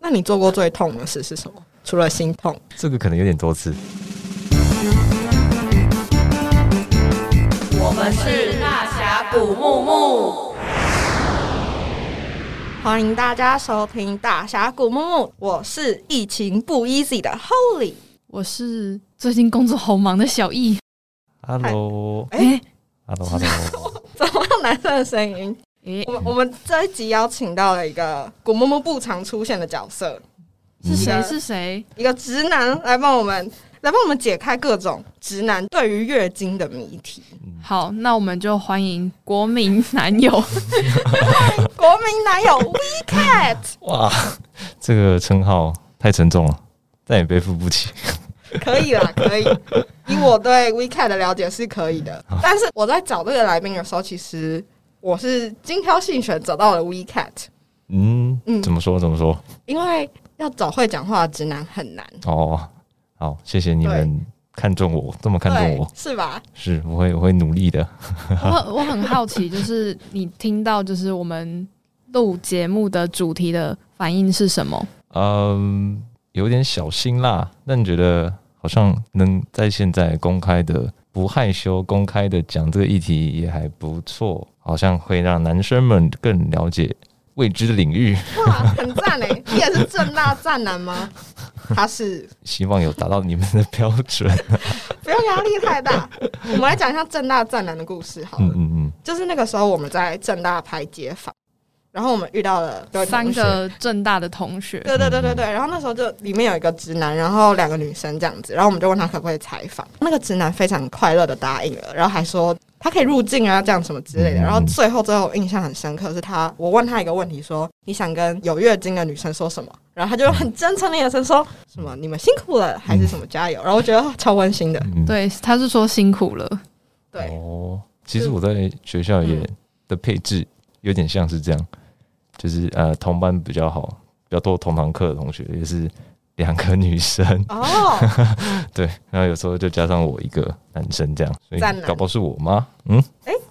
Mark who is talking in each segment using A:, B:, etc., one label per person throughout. A: 那你做过最痛的事是什么？除了心痛，
B: 这个可能有点多次。
C: 我们是大峡谷木木，
A: 欢迎大家收听《大峡谷木木》，我是疫情不 easy 的 Holy。
D: 我是最近工作好忙的小易。
B: Hello，Hello，Hello。
D: 哎、
B: Hello，Hello
A: 怎么有男生的声音？
D: 诶
A: 我们我们这一集邀请到了一个古木木不常出现的角色，
D: 是谁？
A: 嗯
D: 是谁？
A: 一个直男来帮我们来帮我们解开各种直男对于月经的谜题。
D: 好，那我们就欢迎国民男友。
A: 国民男友 We Cat，
B: 哇，这个称号太沉重了，但也背负不起。
A: 可以啦，可以。以我对 We Cat 的了解是可以的，但是我在找这个来宾的时候，其实我是精挑细选找到了 We Cat，
B: 嗯
A: 嗯，
B: 怎么说？怎么说？
A: 因为要找会讲话的直男很难。
B: 哦，好，谢谢你们看中我，这么看中
A: 对
B: 我，，
A: 是吧？
B: 是我会我会努力的。
D: 我很我很好奇，就是你听到就是我们录节目的主题的反应是什么？
B: 嗯，有点小辛辣，但觉得好像能在现在公开的、不害羞、公开的讲这个议题也还不错，好像会让男生们更了解未知的领域。
A: 哇，很赞 哎！你也是正大战男吗？他是，
B: 希望有达到你们的标 准。
A: 不要压力太 大。我们来讲一下正大战男的故事好了。
B: 嗯嗯嗯，
A: 就是那个时候我们在正大拍街访，然后我们遇到了有
D: 三个正大的同学，
A: 对对对对对，然后那时候就里面有一个直男，然后两个女生这样子，然后我们就问他可不可以采访，那个直男非常快乐的答应了，然后还说他可以入境啊，这样什么之类的。
B: 嗯
A: 然后最后最后我印象很深刻是他，我问他一个问题说你想跟有月经的女生说什么，然后他就很真诚的眼神说什么你们辛苦了还是什么加油，然后我觉得超温馨的，
B: 嗯，
D: 对，他是说辛苦了。
A: 对，嗯
B: 哦，其实我在学校也的配置有点像是这样，就是呃，同班比较好，比较多同堂课的同学也是两个女生，
A: 哦，
B: 对，然后有时候就加上我一个男生这样，所以
A: 赞啊男
B: 搞不好是我吗？嗯，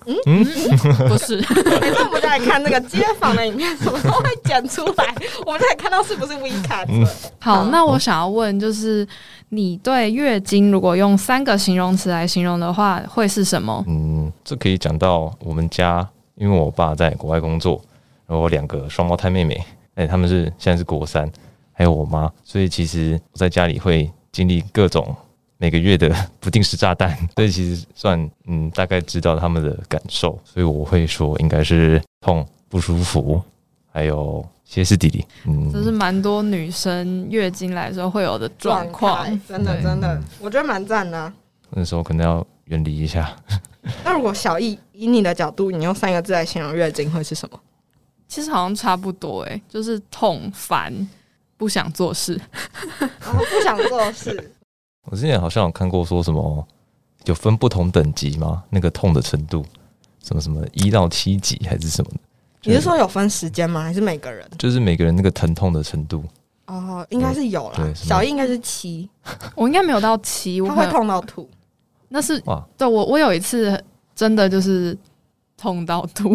D: 不是，
A: 每次我们就来看那个街访的影片，什么时候会剪出来，我们就来看到是不是 WeCat 了。
D: 好，那我想要问，就是你对月经如果用三个形容词来形容的话，会是什么？
B: 嗯，这可以讲到我们家，因为我爸在国外工作，然后我两个双胞胎妹妹，哎、他们是现在是国三，还有我妈，所以其实我在家里会经历各种每个月的不定时炸弹，所以其实算嗯大概知道他们的感受，所以我会说应该是痛、不舒服，还有歇斯底里，嗯，
D: 这是蛮多女生月经来的时候会有的状况。
A: 真的
B: 对
A: 真的，我觉得蛮赞的啊、
B: 那时候可能要远离一下，
A: 那如果小易以你的角度，你用三个字来形容月经会是什么？
D: 其实好像差不多诶、就是痛、烦、不想做事。
A: 然后哦不想做 事，
B: 我之前好像有看过说什么有分不同等级吗？那个痛的程度，什么什么一到七级还是什么的？
A: 你是说有分时间吗？还是每个人？
B: 就是每个人那个疼痛的程度？
A: 哦，应该是有啦。
B: 对是吗
A: 小易应该是七，
D: 我应该没有到七，我
A: 他
D: 可
A: 会
D: 能
A: 痛到吐。，
D: 那是
B: 哇
D: 对我，我有一次真的就是痛到吐，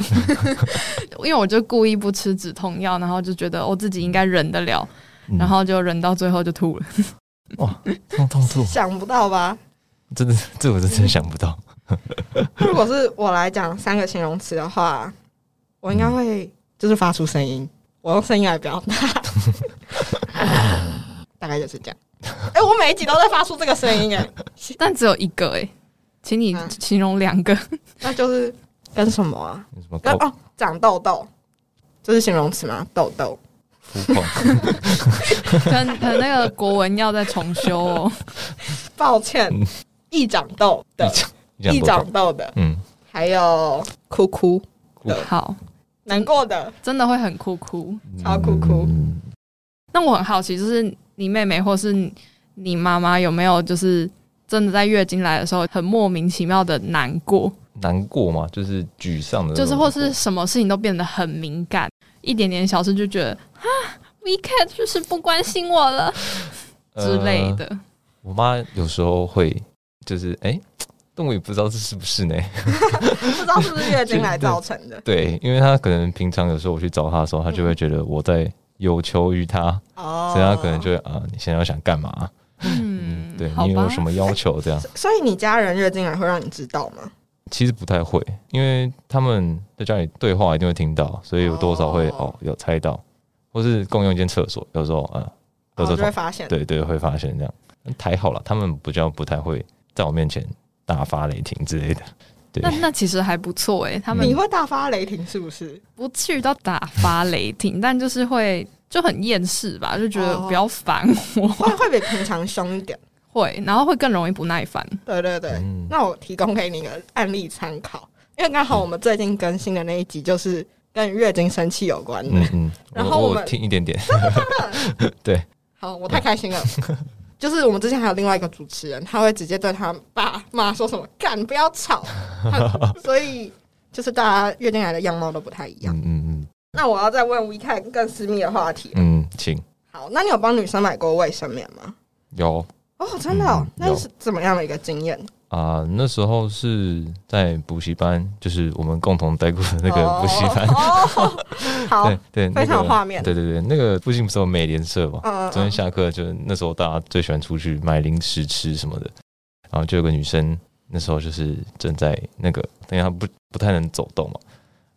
D: 因为我就故意不吃止痛药，然后就觉得我自己应该忍得了，
B: 嗯
D: 然后就忍到最后就吐了。
B: 哇，痛痛痛
A: 想不到 吧？
B: 真的，这我是真想不到。
A: 那如果是我来讲三个形容词的话，我应该会就是发出声音，我用声音来 表达，大概就是这样。哎、我每一集都在发出这个声音、哎，
D: 但只有一个诶、请你
A: 啊
D: 形容两个。
A: 那就是跟什么啊？
B: 有什么
A: 跟
B: 高
A: 哦，长痘痘，这是形容词吗？痘痘。
B: 肤况？
D: 可能可能那个国文要再重修 哦。
A: 抱歉
B: 嗯，
A: 易长痘 的，
B: 你讲
A: 易
B: 多少
A: 长痘的，
B: 嗯，
A: 还有哭哭
D: 好，
A: 难过的，
D: 真的会很哭哭。
A: 超哭哭
B: 嗯
D: 那我很好奇，就是你妹妹或是你你妈妈有没有就是真的在月经来的时候很莫名其妙的难过，
B: 难过嘛，就是沮丧的那种，
D: 就是或是什么事情都变得很敏感，一点点小事就觉得啊，Weekend 就是不关心我了之类
B: 呃
D: 的。
B: 我妈有时候会就是哎、但我也不知道这是不是呢。 。
A: 不知道是不是月经来造成的
B: 对，因为她可能平常有时候我去找她的时候，她就会觉得我在有求于他，
A: 哦，
B: 所以他可能就会啊，你现在要想干嘛？
D: 嗯，
B: 对
D: 好
B: 你
D: 吧
B: 有什么要求？这样
A: 所以你家人月经来会让你知道吗？
B: 其实不太会，因为他们在家里对话一定会听到，所以我多少会
A: 哦
B: 哦有猜到，或是共用一间厕所，有时候啊，
A: 然
B: 有时
A: 后
B: 候
A: 哦就会发现。
B: 对对会发现这样，嗯还好啦，他们比较不太会在我面前大发雷霆之 类的。对
D: 那，那其实还不错诶、他们
A: 你会大发雷霆是不是？
D: 不至于到打发雷霆，但就是会就很厌世吧，就觉得
A: 哦
D: 不要烦我，
A: 会会比平常凶一点。
D: 会，然后会更容易不耐烦。
A: 对对对，
B: 嗯
A: 那我提供给你一个案例参考，因为刚好我们最近更新的那一集就是跟月经生气有关的。
B: 嗯嗯，
A: 然后我
B: 我
A: 们
B: 听一点点，
A: 好，我太开心 了。就是我们之前还有另外一个主持人，他会直接对他爸妈说什么“干，不要 吵”，他所以就是大家月经来的样貌都不太一样。
B: 嗯嗯
A: 那我要再问 We Can 更私密的话题
B: 嗯。嗯，请
A: 好，那你有帮女生买过卫生棉吗？
B: 有
A: 哦，真的、哦
B: 嗯，
A: 那是怎么样的一个经验？
B: 啊、那时候是在补习班，就是我们共同待过的那个补习班，
A: 哦，哦 好，
B: 对对，
A: 非常
B: 那
A: 有
B: 个
A: 画面
B: 对对对，那个附近不是有美联社嘛？
A: 嗯，
B: 昨天下课就那时候大家最喜欢出去买零食吃什么的，然后就有个女生那时候就是正在那个，因为她不不太能走动嘛，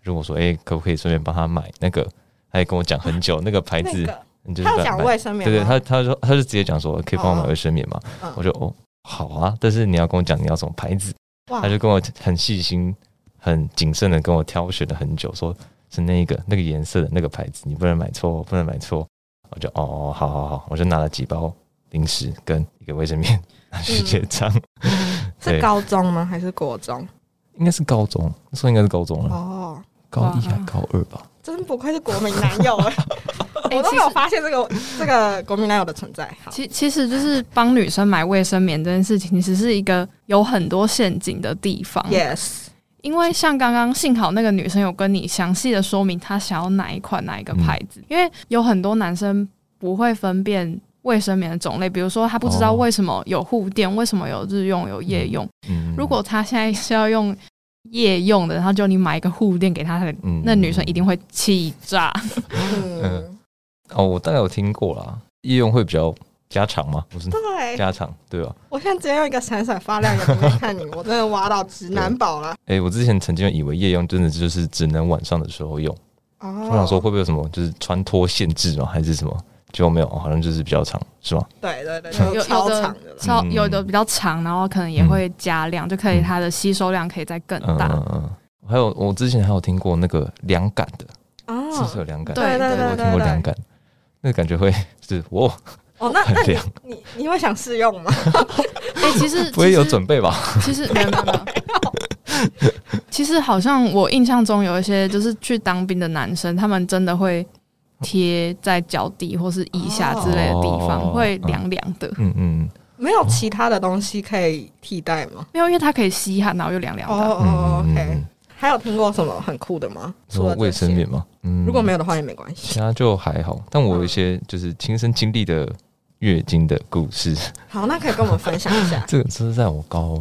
B: 如果说哎、诶可不可以顺便帮她买那个，她也跟我讲很久那个牌
A: 那
B: 子，
A: 个
B: 你就是
A: 他有
B: 买
A: 讲
B: 买
A: 卫生棉
B: 对对，
A: 吗，
B: 她她说她就直接讲说可以帮我
A: 哦
B: 买卫生棉嘛，
A: 嗯
B: 我就哦好啊，但是你要跟我讲你要什么牌子。
A: 哇
D: 哦
B: 他就跟我很细心、很谨慎的跟我挑选了很久，说是那一个那个颜色的那个牌子，你不能买错，不能买错。我就哦，好好好，我就拿了几包零食跟一个卫生棉去结账。
D: 嗯
A: 是
B: 对
A: 高中吗？还是国中？
B: 应该是高中，那时候应该是高中了，
A: 哦，
B: 高一
D: 哇
B: 还高二吧？
A: 真不愧是国民男友哎，
D: 哎
A: 我都
D: 其
A: 没
D: 实
A: 有发现这个 这个国民男友的存在。好，
D: 其其实就是帮女生买卫生棉这件事情，其实是一个有很多陷阱的地方。
A: 嗯 yes，
D: 因为像刚刚幸好那个女生有跟你详细的说明她想要哪一款哪一个牌
B: 嗯
D: 子，因为有很多男生不会分辨卫生棉的种类，比如说他不知道
B: 哦
D: 为什么有护垫，为什么有日用有夜用。
B: 嗯，
D: 如果他现在是要用夜用的，然后就你买一个护垫给他，
B: 嗯
D: 那女生一定会气炸。
A: 嗯，
B: 哦，我大概有听过啦，夜用会比较加长嘛，不是
A: 对，
B: 加长对吧？
A: 我现在直接用一个闪闪发亮的眼睛看你，我真的挖到直男宝了。
B: 哎、我之前曾经以为夜用真的就是只能晚上的时候用。
A: 哦，
B: 我想说会不会有什么就是穿脱限制吗？还是什么？结果没有，哦好像就是比较长，是吗？
A: 对对对，就
D: 有有
A: 是超
D: 的
A: 长的啦。
D: 超
B: 嗯
D: 有的比较长，然后可能也会加量，就可以
B: 嗯
D: 它的吸收量可以再更
B: 嗯
D: 大。
B: 嗯嗯。还有我之前还有听过那个凉感的，是不
A: 哦，
B: 是有凉感？
A: 对
D: 对
A: 对
D: 对
A: 对
B: 我听
A: 对
B: 过凉
A: 对。
B: 感，那感觉会是哇，
A: 哦，那
B: 很
A: 那你
B: 凉，
A: 你你会想试用吗？
D: 哎、其实
B: 不会有
D: 其实
B: 准备吧？
D: 其实没有没有没有。 其实好像我印象中有一些就是去当兵的男生，他们真的会贴在脚底或是腋下之类的地方，
B: 哦
D: 会凉凉的。
B: 嗯嗯，
A: 没有其他的东西可以替代吗？
D: 没有，因为它可以吸汗，然后又凉凉
A: 哦
D: 的。
A: 哦
B: 嗯嗯嗯
A: ，OK。还有听过什么很酷的吗？除
B: 说
A: 了这些
B: 卫生棉，吗？嗯，
A: 如果没有的嗯话也没关系
B: 其。他就还好，但我有一些就是亲身经历的月经的故事，。
A: 好，那可以跟我们分享一下
B: 这个这是在我高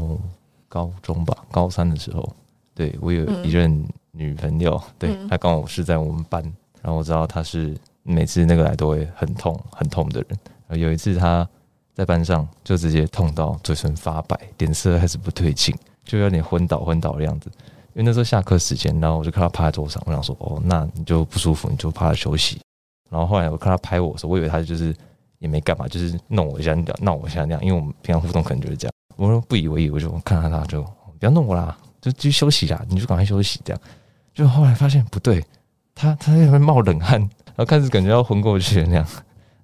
B: 高中吧，高三的时候，对我有
A: 嗯
B: 一任女朋友，
A: 嗯
B: 对她刚好是在我们班，然后我知道她是每次那个来都会很痛很痛的人，然后有一次她在班上就直接痛到嘴唇发白，脸色开始不对劲，就有点昏倒昏倒的样子。因为那时候下课时间，然后我就看她趴在桌上，我想说哦，那你就不舒服，你就趴着休息。然后后来我看她拍我的时候，我以为她就是也没干嘛，就是弄我一下，闹我一下那样，因为我们平常互动可能就是这样。我说不以为意，我就看看他就哦不要弄我啦，就继续休息啊啦，你就赶快休息这样。就后来发现不对，他他在那边冒冷汗，然后开始感觉要昏过去了那样。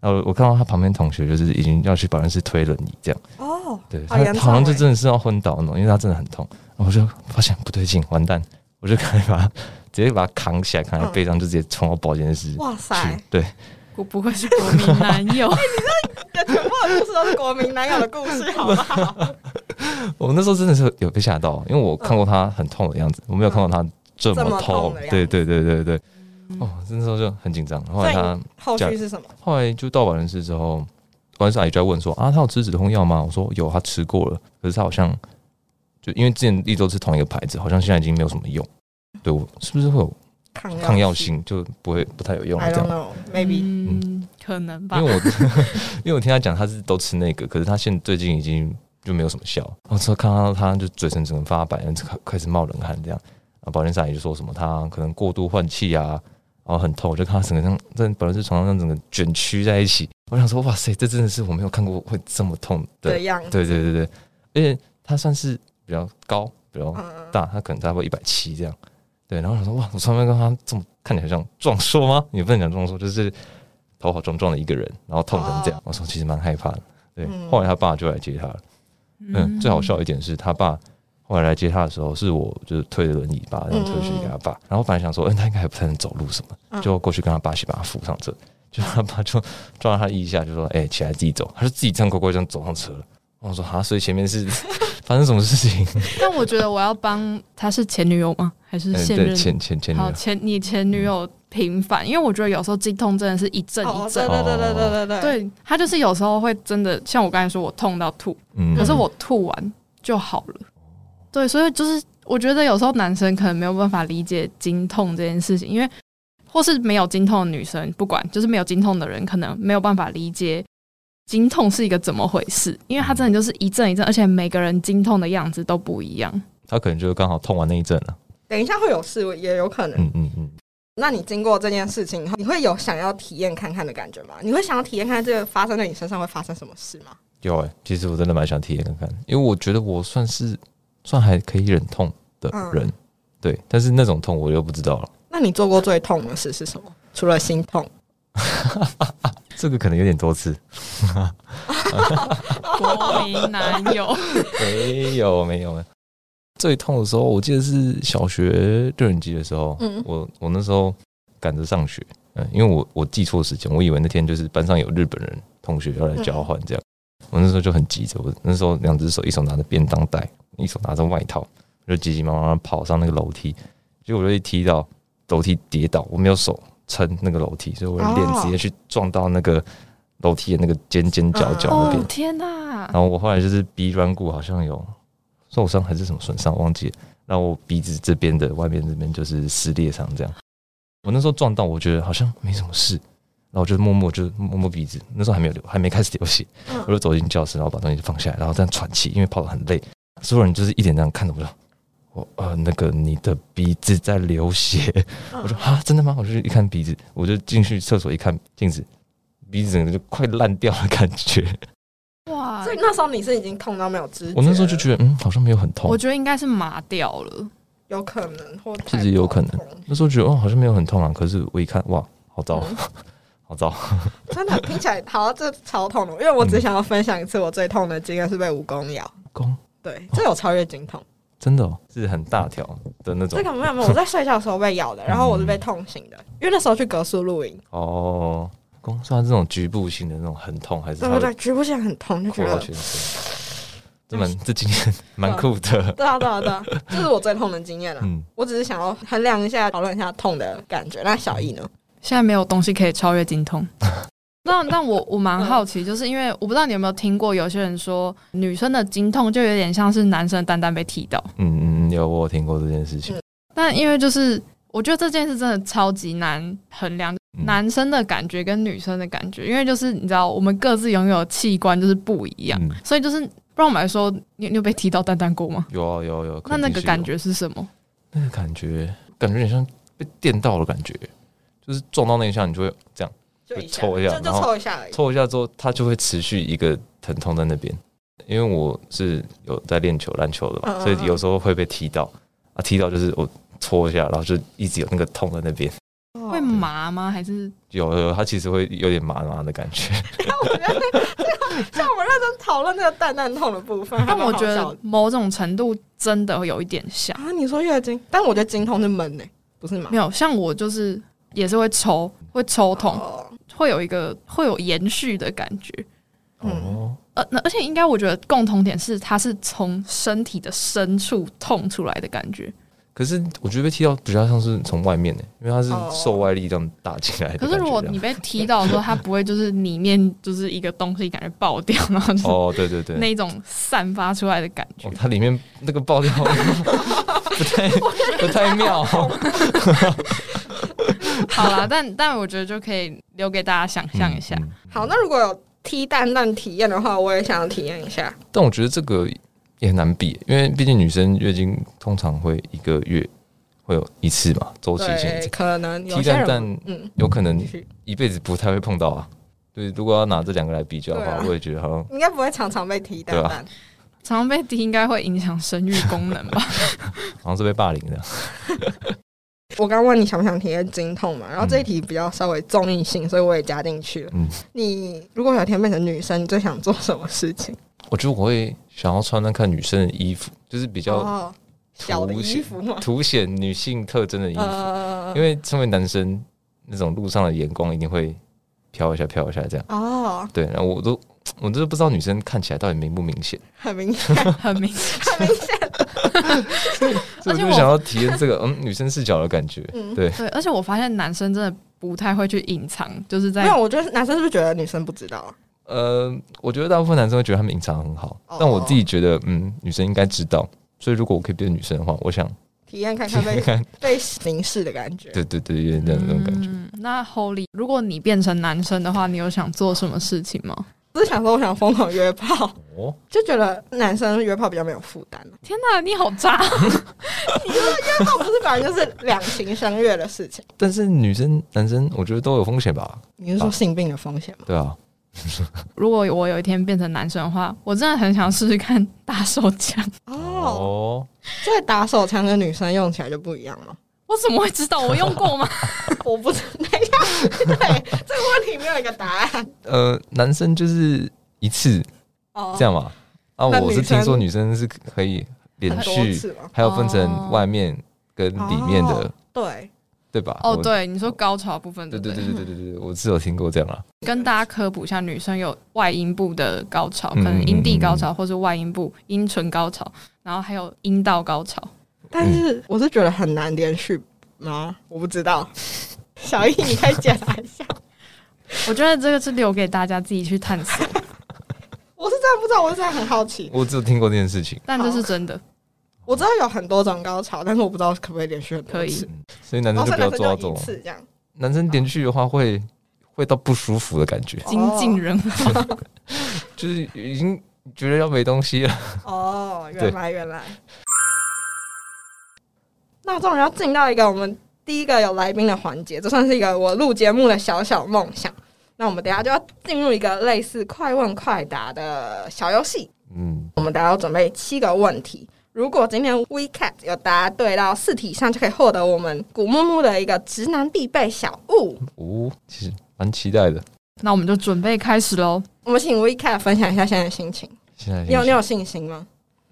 B: 然后我看到他旁边同学就是已经要去保健室推轮椅这样，
A: 哦，
B: 对
A: 好
B: 他
A: 严重
B: 好像就
A: 欸
B: 真的是要昏倒那种，因为他真的很痛。然后我就发现不对劲，完蛋，我就赶快把他直接把他扛起来，扛在背上，就直接冲到保健室去。
A: 哇塞，
B: 对，
D: 我不会是国民男 友，
A: 这全部的故事都是国民男友的故事，好不好？
B: 我那时候真的是有被吓到，因为我看过他很痛的样子，我没有看过他这
A: 嗯这么痛
B: 么痛
A: 的样。子嗯
B: 对对对对对，哦，那时候就很紧张。后来
A: 所以
B: 他
A: 后续是什么？
B: 后来就到保健室之后，保健室阿姨就在问说：“啊，他有吃止痛药吗？”我说：“有，他吃过了，可是他好像就因为之前一直都吃同一个牌子，好像现在已经没有什么用。对我是不是会有
A: 抗
B: 抗药
A: 药
B: 性就不会不太有用了啊
A: I
B: 这
A: don't
B: 样。
A: know，maybe
D: 嗯，可能吧
B: 因。为我 因为我听他讲他是都吃那个，可是他现在最近已经就没有什么效。我之后看到他就嘴唇整个发白，然后开开始冒冷汗这样。啊，保健师阿姨就说什么他可能过度换气啊，然后很痛，我就看他整个像在保健室床上整个卷曲在一起。我想说，哇塞，这真的是我没有看过会这么痛的
A: 这样。
B: 对对对对，而且他算是比较高、比较
A: 嗯，
B: 大，他可能差不多一百七这样。对，然后我想说，哇，我从来没跟他这么看起来像壮硕吗？也不能讲壮硕，就是头好壮壮的一个人，然后痛成这样。我说其实蛮害怕的。对，
A: 哦嗯
B: 后来他爸就来接他了。嗯，最好笑一点是他爸后来来接他的时候，是我就是推着轮椅把他这样推去给他爸，然后本来想说，嗯，他应该还不太能走路什么，
A: 嗯
B: 就过去跟他爸去把他扶上车， 就他爸就抓到他的腋下，就说，哎、起来自己走，他就自己这样乖乖这样走上车了。我说哈，所以前面是 发生什么事 情？
D: 但我觉得我要帮她是前女友吗？还是
B: 嗯
D: 现
B: 对，
D: 任？
B: 前前前女
D: 好，
B: 友，
D: 前你前女友平反，因为我觉得有时候经痛真的是一阵
A: 哦对
D: 一，阵。
A: 对对对对对对，
D: 对，她就是有时候会真的，像我刚才说，我痛到吐，
B: 嗯
D: 可是我吐完就好了。对，所以就是我觉得有时候男生可能没有办法理解经痛这件事情，因为或是没有经痛的女生，不管就是没有经痛的人，可能没有办法理解经痛是一个怎么回事，因为它真的就是一阵一阵，而且每个人经痛的样子都不一样。
B: 他可能就刚好痛完那一阵了。
A: 等一下会有事，也有可能。
B: 嗯嗯嗯，
A: 那你经过这件事情以后，你会有想要体验看看的感觉吗？你会想要体验看看这个发生在你身上会发生什么事吗？
B: 有哎、其实我真的蛮想体验看看，因为我觉得我算是算还可以忍痛的
A: 嗯
B: 人，对，但是那种痛我又不知道了。
A: 那你做过最痛的事是什么？除了心痛，
B: 这个可能有点多次，
A: 哦
D: 国民男友，
B: 没有没有。最痛的时候，我记得是小学六年级的时候，
A: 嗯
B: 我我那时候赶着上学，嗯，因为我我记错时间，我以为那天就是班上有日本人同学要来交换这样，
A: 嗯
B: 我那时候就很急着，我那时候两只手一手拿着便当袋，一手拿着外套，我就急急忙忙地跑上那个楼梯，结果我就一踢到楼梯跌倒，我没有手撑那个楼梯，所以我的脸
A: 哦
B: 直接去撞到那个楼梯的那个尖尖角角那边
D: 哦，天哪
B: 然！后我后来就是鼻软骨好像有受伤还是什么损伤，忘记了。然后我鼻子这边的外面这边就是撕裂伤这样。我那时候撞到，我觉得好像没什么事，然后我就默默就摸摸鼻子，那时候还没有流，还没开始流血，我就走进教室，然后把东西放下来，然后这样喘气，因为跑得很累。所有人就是一脸这样看着我说：“我呃，那个你的鼻子在流血。”我说：“啊，真的吗？”我就一看鼻子，我就进去厕所一看镜子，鼻子整个就快烂掉的感觉。
D: 哇
A: 所，以那时候你是已经痛到没有知觉了，
B: 我那时候就觉得，嗯，好像没有很痛
D: 我。觉得应该是麻掉了。
A: 有可能，或
B: 其实有可能
A: 太痛
B: 那时候觉得哦，好像没有很痛啊，可是我一看，哇，好糟，
D: 嗯
B: 好糟，
A: 真的听起来好，这超痛的。因为我只想要分享一次我最痛的经验是被蜈蚣咬，
B: 公
A: 对，这有超越经痛。
B: 真的、哦、是很大条的那种
A: 这个没有没有，我在睡觉的时候被咬的，然后我是被痛醒的，因为那时候去格树露营，
B: 哦。公算这种局部性的那种很痛，还是
A: 对
B: 它
A: 不
B: 会
A: 对？局部性很痛，就觉
B: 扩到
A: 得嗯
B: 全身？这蛮这经 验蛮酷的，
A: 对啊对啊对啊，这是我最痛的经验了。啊
B: 嗯，
A: 我只是想要衡量一下，讨论一下痛的感觉。那小易呢？
D: 现在没有东西可以超越 经痛。那那我我蛮
B: 嗯
D: 好奇，就是因为我不知道你有没有听过，有些人说女生的经痛就有点像是男生的蛋蛋被踢到。
B: 嗯嗯，嗯有我有听过这件事情，
D: 但因为就是我觉得这件事真的超级难衡量，
B: 嗯
D: 男生的感觉跟女生的感觉，因为就是你知道我们各自拥有的器官就是不一样，
B: 嗯
D: 所以就是不然我们来说，你你有被踢到蛋蛋过吗？
B: 有啊有啊有啊，
D: 那
B: 肯定
D: 那
B: 是
D: 个
B: 有
D: 感，觉是什么？
B: 那个感觉，感觉有点像被电到的感觉，就是撞到那一下，你就会这样。
A: 就
B: 一下抽一下
A: 就就
B: 然后
A: 抽一下而已。
B: 抽一下之后，它就会持续一个疼痛在那边。因为我是有在练球篮球的
A: 嗯
B: 嘛，
A: 嗯嗯
B: 所以有时候会被踢到啊，踢到就是我搓一下，然后就一直有那个痛在那边，哦
D: 会麻吗？还是
B: 有有有它其实会有点麻麻的感觉。
A: 那 我觉得 像我们认真讨论那个蛋蛋痛的部分，
D: 但
A: 还蛮
D: 我
A: 好
D: 觉
A: 笑
D: 得
A: 的
D: 某种程度真的有一点像。
A: 啊，你说月经，但我觉得经痛是闷呢、欸不是吗
D: 没？有，像我就是也是会抽，会抽痛，
A: 哦，
D: 会有一个会有延续的感觉。
A: 嗯
B: 哦，
D: 呃，那而且应该我觉得共同点是，它是从身体的深处痛出来的感觉。
B: 可是我觉得被踢到比较像是从外面的、因为它
A: 哦
B: 是受外力这样打进来的
D: 哦可
B: 感觉
D: 是
B: 这样。
D: 如果你 被踢到的时候，它不会就是里面就是一个东西感觉爆掉，然后 就是
B: 哦，对对对，
D: 那种散发出来的感觉
B: 哦，。它里面那个爆料不 太不太妙。
D: 好啦，但但我觉得就可以留给大家想象一下。
B: 嗯嗯
A: 好，那如果有踢蛋蛋体验的话，我也想要体验一下。
B: 但我觉得这个也很难比，因为毕竟女生月经通常会一个月会有一次嘛，周期性一
A: 对，
B: 次，
A: 可能有
B: 踢
A: 些
B: 蛋
A: 人，
B: 蛋
A: 嗯，
B: 有可能
A: 继续
B: 一辈子不太会碰到啊。对，如果要拿这两个来比较的
A: 对
B: 话，
A: 啊
B: 我也觉得好像
A: 应该不会常常被踢
B: 啊
A: 蛋蛋。
D: 常常被踢应该会影响生育功能 吧？
B: 好像是被霸凌的。
A: 我刚问你想不想体验经痛嘛，然后这一题比较稍微综艺性，所以我也加进去了。
B: 嗯
A: 你如果有一天变成女生，你最想做什么事情？
B: 我觉得我会想要穿那看女生的衣服，就是比较
A: 哦，小的
B: 凸
A: 衣
B: 显
A: 服嘛，
B: 凸显女性特征的衣服，
A: 呃
B: 因，为身为男生，那种路上的眼光一定会飘一下飘一下这样。
A: 哦，
B: 对，然后我都我都不知道女生看起来到底明不明显，
A: 很明显，
D: 很明 显，
A: 很明显，
B: 所以我
D: 而且
B: 就
D: 我
B: 想要体验这个嗯女生视角的感觉。
A: 嗯。
B: 对，
D: 对，而且我发现男生真的不太会去隐藏，就是在
A: 没有，我觉得男生是不是觉得女生不知道？
B: 呃，我觉得大部分男生会觉得他们隐藏得很好，
A: 哦
B: 但我自己觉得嗯女生应该知道，所以如果我可以变成女生的话，我想
A: 体验看
B: 体
A: 看
B: 验
A: 被
B: 看，
A: 被凝视的感觉。
B: 对对对，有点那种那种感觉。
D: 嗯那 Holy，如果你变成男生的话，你有想做什么事情吗？
A: 不是想说我想疯狂约炮，
B: 哦，
A: 就觉得男生约炮比较没有负担。啊
D: 天哪，你好渣！
A: 约炮不是本来就是两情相悦的事情？
B: 但是女生男生我觉得都有风险吧，
A: 你是说性病的风险吗？
B: 对啊，
D: 如果我有一天变成男生的话，我真的很想试试看打手枪。
A: 哦，
B: 哦，
A: 所以打手枪跟女生用起来就不一样了。
D: 我怎么会知道？我用 过吗？
A: 我不知道， 等一下对这个问题没有一个答案。
B: 呃，男生就是一次
A: 哦
B: 这样嘛，啊，
A: 那
B: 我是
A: 女生
B: 听说女生是可以连
A: 很多
B: 续，
A: 次吗？
B: 还有分成外面跟里面的，
A: 哦对，
B: 对吧？
D: 哦，
B: 我
D: 对，你说高潮部分，
B: 对
D: 对
B: 对
D: 不
B: 对
D: 对？
B: 对对对对，我是有听过这样啦。
D: 跟大家科普一下，女生有外阴部的高潮，
B: 嗯
D: 可能阴蒂高潮，或是外阴部阴唇高潮，然后还有阴道高潮。
A: 但是我是觉得很难连续吗？我不知道。小易，你可以解答一下。
D: 我觉得这个是留给大家自己去探索，
A: 我是真的不知道，我是真的很好奇。
B: 我只有听过这件事情，
D: 但这是 真的。
A: 我知道有很多种高潮，但是我不知道可不可以连续很多
D: 可以
A: 次。
B: 所以男生
A: 哦，
B: 就
A: 所以
B: 不要
A: 男
B: 做到
A: 生
B: 这
A: 就一
B: 种。
A: 次 这样。
B: 男生连续的话会会到不舒服的感觉，
D: 精尽人
B: 哦就是已经觉得要没东西了。
A: 哦，原来原来。那终于要进到一个我们第一个有来宾的环节，这算是一个我录节目的小小梦想。那我们等一下就要进入一个类似快问快答的小游戏，
B: 嗯，
A: 我们等一下要准备七个问题。如果今天 WeCat 有答对到四题以上，就可以获得我们古木木的一个直男必备小物。
B: 哦，其实蛮期待的。
D: 那我们就准备开始喽。
A: 我们请 WeCat 分享一下现在的心情。
B: 现在
A: 你有你有信心吗？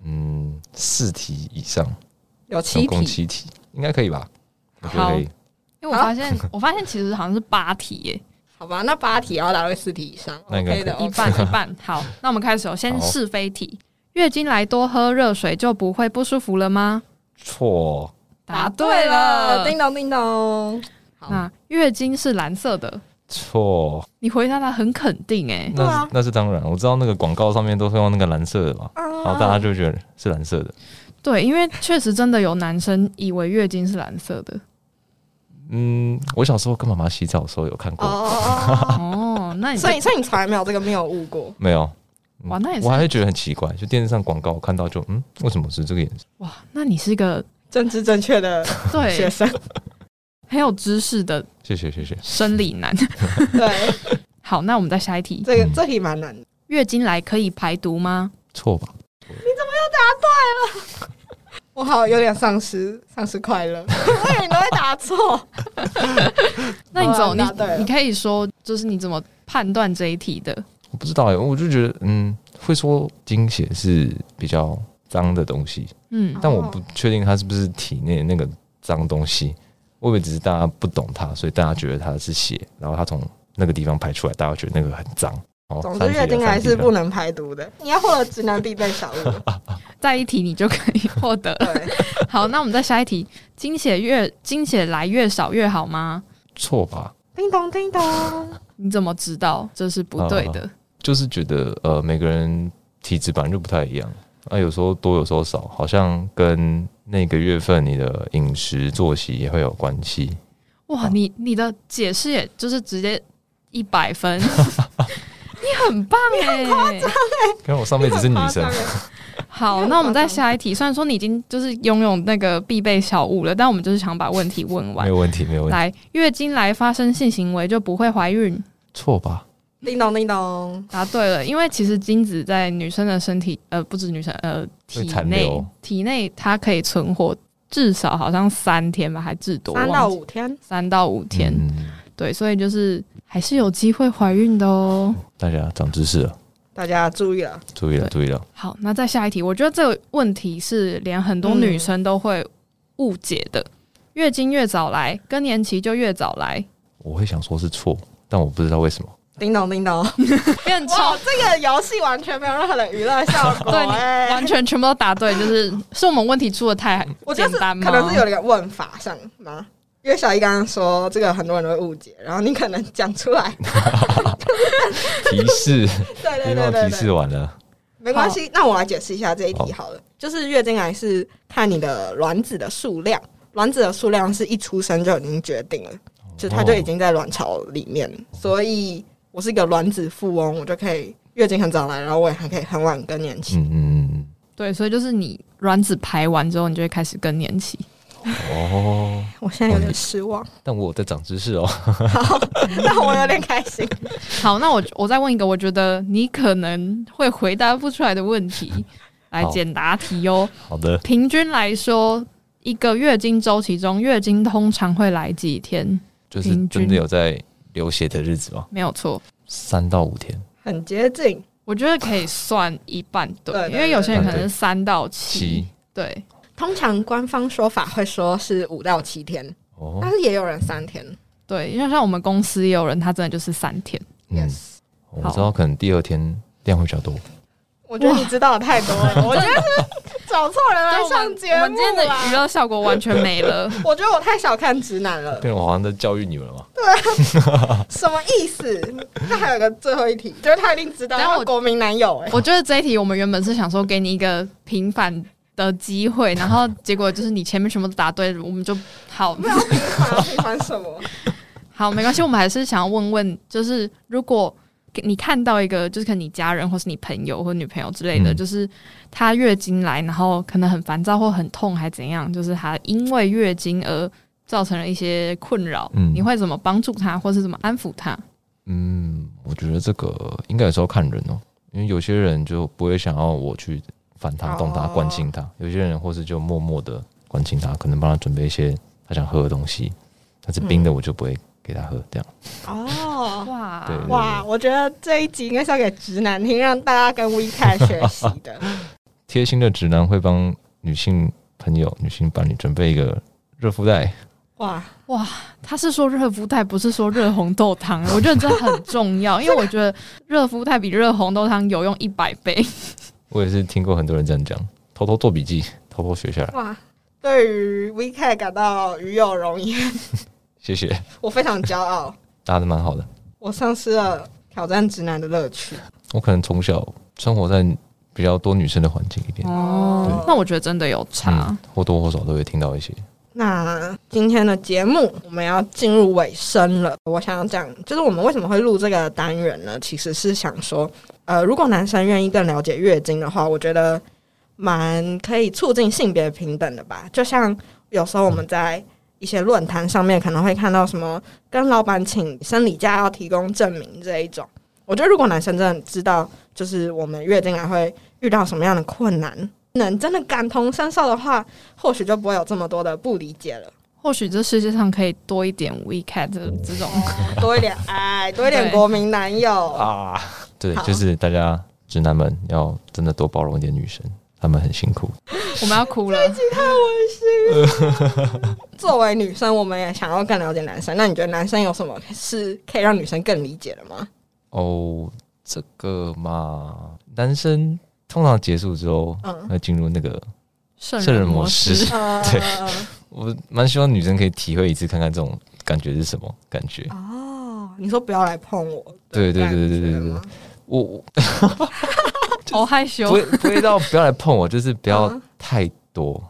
B: 嗯四题以上，
A: 有
B: 总
A: 七
B: 共
A: 题，
B: 七题，应该可以吧？我觉得可以。
D: 因为我发现，我发现其实好像是八题耶，
A: 好吧？那八题也要啊答对四题以上
B: 那应该
A: ，OK 的哦
B: 可
D: 一
A: OK 的
D: 半一半。好，那我们开始哦，先
B: 好
D: 是非题。月经来多喝热水就不会不舒服了吗？
B: 错，
D: 答对了。
A: 叮咚叮咚。
D: 那月经是蓝色的，
B: 错，
D: 你回答的很肯定哎、
A: 对啊
B: 那是那是当然。我知道那个广告上面都是用那个蓝色的嘛，然
A: 啊
B: 后大
A: 哦
B: 家就会觉得是蓝色的。
D: 对，因为确实真的有男生以为月经是蓝色的。
B: 嗯，我小时候跟妈妈洗澡的时候有看 过，
A: 哦，
D: 哦，那你
A: 所以所以你从来没有这个谬误过，
B: 没有？嗯
D: 哇那也是
B: 我还是觉得很奇怪，就电视上广告看到就嗯，为什么是这个颜色？
D: 哇，那你是个
A: 政治正确的学
D: 对
A: 生，
D: 很有知识的
B: 谢谢谢谢。
D: 生理男。
A: 对，
D: 好，那我们再下一题，
A: 这个这题蛮难的。
D: 月经来可以排毒吗？
B: 错吧？
A: 我好有点丧失丧失快乐，我以为你都会答 错。
D: 那你怎
A: 好
D: 么
A: 啊答对了
D: 你你可以说，就是你怎么判断这一题的？
B: 我不知道哎、我就觉得嗯，会说经血是比较脏的东西，
D: 嗯，
B: 但我不确定它是不是体内那个脏东西。我以为只是大家不懂它，所以大家觉得它是血，然后它从那个地方排出来，大家觉得那个很脏。哦
A: 总之，
B: 翻题了
A: 月经来
B: 翻题
A: 是
B: 了
A: 不能排毒的，你要获得直男必备小物。
D: 再一题你就可以获得。
A: 对，
D: 好，那我们再下一题，经血越经血来越少越好吗？
B: 错吧？
A: 叮咚叮咚，
D: 你怎么知道这是不对
B: 啊
D: 的？
B: 就是觉得呃，每个人体质本来就不太一样，啊，有时候多，有时候少，好像跟那个月份你的饮食作息也会有关系。
D: 哇，你你的解释也就是直接一百 分，你很棒哎、
B: 看我上辈子是女
A: 很夸啊
B: 生
A: 张，欸
D: 好，那我们再下一题。虽然说你已经就是拥有那个必备小物了，但我们就是想把问题问
B: 没
D: 完。
B: 有问题，没有问题，
D: 来，月经来发生性行为就不会怀孕？
B: 错吧？
A: 叮咚叮咚，
D: 答对了，因为其实精子在女生的身体，呃，不止女生，呃，体
B: 残
D: 内
B: 留
D: 体内它可以存活至少好像三天吧，还至多
A: 三
D: 忘
A: 到
D: 记
A: 五天，
D: 三到五天。
B: 嗯，
D: 对，所以就是还是有机会怀孕的哦。
B: 大家长知识了，
A: 大家注意了。
B: 注意了，注意了。
D: 好，那再下一题，我觉得这个问题是连很多
A: 嗯
D: 女生都会误解的。月经越早来，更年期就越早来，
B: 我会想说是错，但我不知道为什么。
A: 叮咚叮咚，
D: 变
A: 哇
D: 超，
A: 这个游戏完全没有任何的娱乐效果、
D: 对你
A: 哎
D: 完全全部都答对，就是是我们问题出的太
A: 我觉
D: 简
A: 得是
D: 单吗？
A: 可能是有一个问法上吗？因为小姨刚刚说这个很多人都会误解，然后你可能讲出来，
B: 提示，
A: 对 对
B: 别
A: 对
B: 忘
A: 对
B: 提
A: 对
B: 示，哦完了。
A: 没关系。那我来解释一下这一题好了，就是月经来是看你的卵子的数量，卵子的数量是一出生就已经决定了，就它就已
B: 哦
A: 经在卵巢里面了，所以我是一个卵子富翁，我就可以月经很早来，然后我也还可以很晚更年期。
B: 嗯嗯
D: 对，所以就是你卵子排完之后，你就会开始更年期。
B: 嗯，哦，
A: 我现在有点失望，
B: 但我有在长知识哦。
A: 但我有点开心。
D: 好，那我我再问一个，我觉得你可能会回答不出来的问题，来
B: 好
D: 简答题哦。
B: 好的，
D: 平均来说，一个月经周期中，月经通常会来几天？
B: 就是
D: 平均
B: 真的有在流血的日子吗？
D: 没有错，
B: 三到五天，
A: 很接近，
D: 我觉得可以算一半
A: 对
D: 对，
A: 对对
D: 因为有些人可能是三到七
B: 七，
D: 对，
A: 通常官方说法会说是五到七天，
B: 哦
A: 但，是也有人三天。
D: 对，因为像我们公司也有人，他真的就是三天，
B: 嗯，
A: yes，
B: 我知道可能第二天量会比较多。
A: 我觉得你知道的太多了，我觉得是不是找错人来上节
D: 我们
A: 目
D: 今天的娱
A: 了。
D: 乐效果完全没了。
A: 我觉得我太小看直男了，
B: 变成我好像在教育你们了嘛？
A: 什么意思？那还有个最后一题，就是他一定知道，
D: 然后我
A: 他国民男友哎、
D: 我觉得这一题我们原本是想说给你一个平反的机会，然后结果就是你前面全部都答对，我们就好
A: 不要平凡，平凡什么？
D: 好没关系，我们还是想要问问，就是如果你看到一个，就是可能你家人或是你朋友或女朋友之类的，
B: 嗯
D: 就是她月经来，然后可能很烦躁或很痛，还怎样，就是她因为月经而造成了一些困扰，
B: 嗯
D: 你会怎么帮助她，或是怎么安抚她？
B: 嗯，我觉得这个应该有时候看人哦，因为有些人就不会想要我去烦他、动他、
A: 哦
B: 关心他；有些人或是就默默的关心他，可能帮他准备一些他想喝的东西，但是冰的我就不会给他喝，这样。
A: 哦。
D: 哇，
B: 对
A: 哇，我觉得这一集应该是要给直男听，让大家跟 We Cat 学习的。
B: 贴心的直男会帮女性朋友、女性伴侣准备一个热敷袋，
A: 哇，
D: 他是说热敷袋，不是说热红豆汤，我觉得这很重要，因为我觉得热敷袋比热红豆汤有用一百倍。
B: 我也是听过很多人这样讲，偷偷做笔记，偷偷学下来，
A: 哇，对于 We Cat 感到与有荣焉，
B: 谢谢，
A: 我非常骄傲，
B: 答的蛮好的。
A: 我丧失了挑战直男的乐趣。
B: 我可能从小生活在比较多女生的环境一点，
D: 哦，那我觉得真的有差。
B: 嗯，或多或少都会听到一些。
A: 那今天的节目我们要进入尾声了，我想要讲，就是我们为什么会录这个单元呢？其实是想说，呃，如果男生愿意更了解月经的话，我觉得蛮可以促进性别平等的吧。就像有时候我们在一些论坛上面可能会看到什么跟老板请生理假要提供证明这一种，我觉得如果男生真的知道，就是我们月经来会遇到什么样的困难，能真的感同身受的话，或许就不会有这么多的不理解了，
D: 或许这世界上可以多一点 WeCat 这这 种，
A: 多一 点爱，多一点
D: 对
A: 国民男友。
B: 啊，对
A: 好，
B: 就是大家直男们要真的多包容一点女生，她们很辛苦。
D: 我们要哭了。
A: 作为女生，我们也想要更了解男生。那你觉得男生有什么是可以让女生更理解的吗？
B: 哦，这个嘛，男生通常结束之后，
A: 嗯
B: 要进入那个
D: 圣
B: 嗯圣人模
D: 式
B: 式。
A: 呃
B: 对 我蛮希望女生可以体会一次，看看这种感觉是什么感觉。
A: 哦，你说不要来碰我的
B: 对对
A: 感觉吗，
B: 对对对对对我我
D: 好害
B: 不
D: 羞
B: 会，不会到不要来碰我，就是不要
A: 嗯
B: 太多。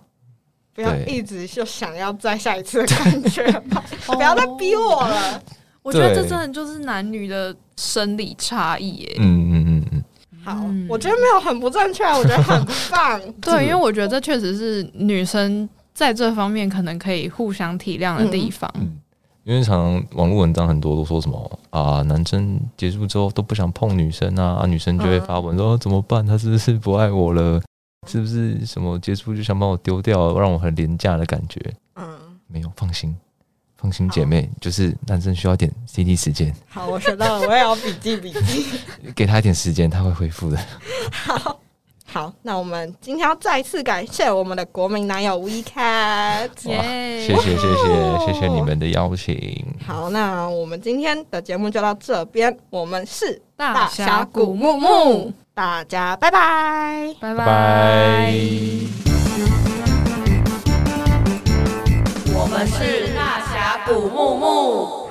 A: 不要
B: 对
A: 一直就想要再下一次 的感觉吧， 哦不要再逼我了。
D: 我觉得这
B: 对
D: 真的就是男女的生理差异耶。
B: 嗯嗯嗯嗯，
A: 好
D: 嗯，
A: 我觉得没有很不正确，啊我觉得很棒。
B: 这个
D: 对，因为我觉得这确实是女生在这方面可能可以互相体谅的地方。
B: 嗯因为常常网络文章很多都说什么啊，男生结束之后都不想碰女生啊，啊女生就会发文说、怎么办？他是不是不爱我了？是不是什么结束就想把我丢掉，让我很廉价的感觉？
A: 嗯，
B: 没有，放心，放心，姐妹，就是男生需要一点 CD 时间，
A: 好，我学到了，我也要笔记笔记。
B: 给他一点时间，他会恢复的。
A: 好。好，那我们今天要再次感谢我们的国民男友 WeCat。
B: 哇
D: 耶
B: 谢谢，谢
A: 哇
B: 谢，
A: 哦
B: 谢谢你们的邀请。
A: 好，那我们今天的节目就到这边，我们是
D: 大峡谷
A: 木
D: 木，
A: 大家拜拜。
D: 拜
B: 拜拜
C: 我们是大峡谷木木。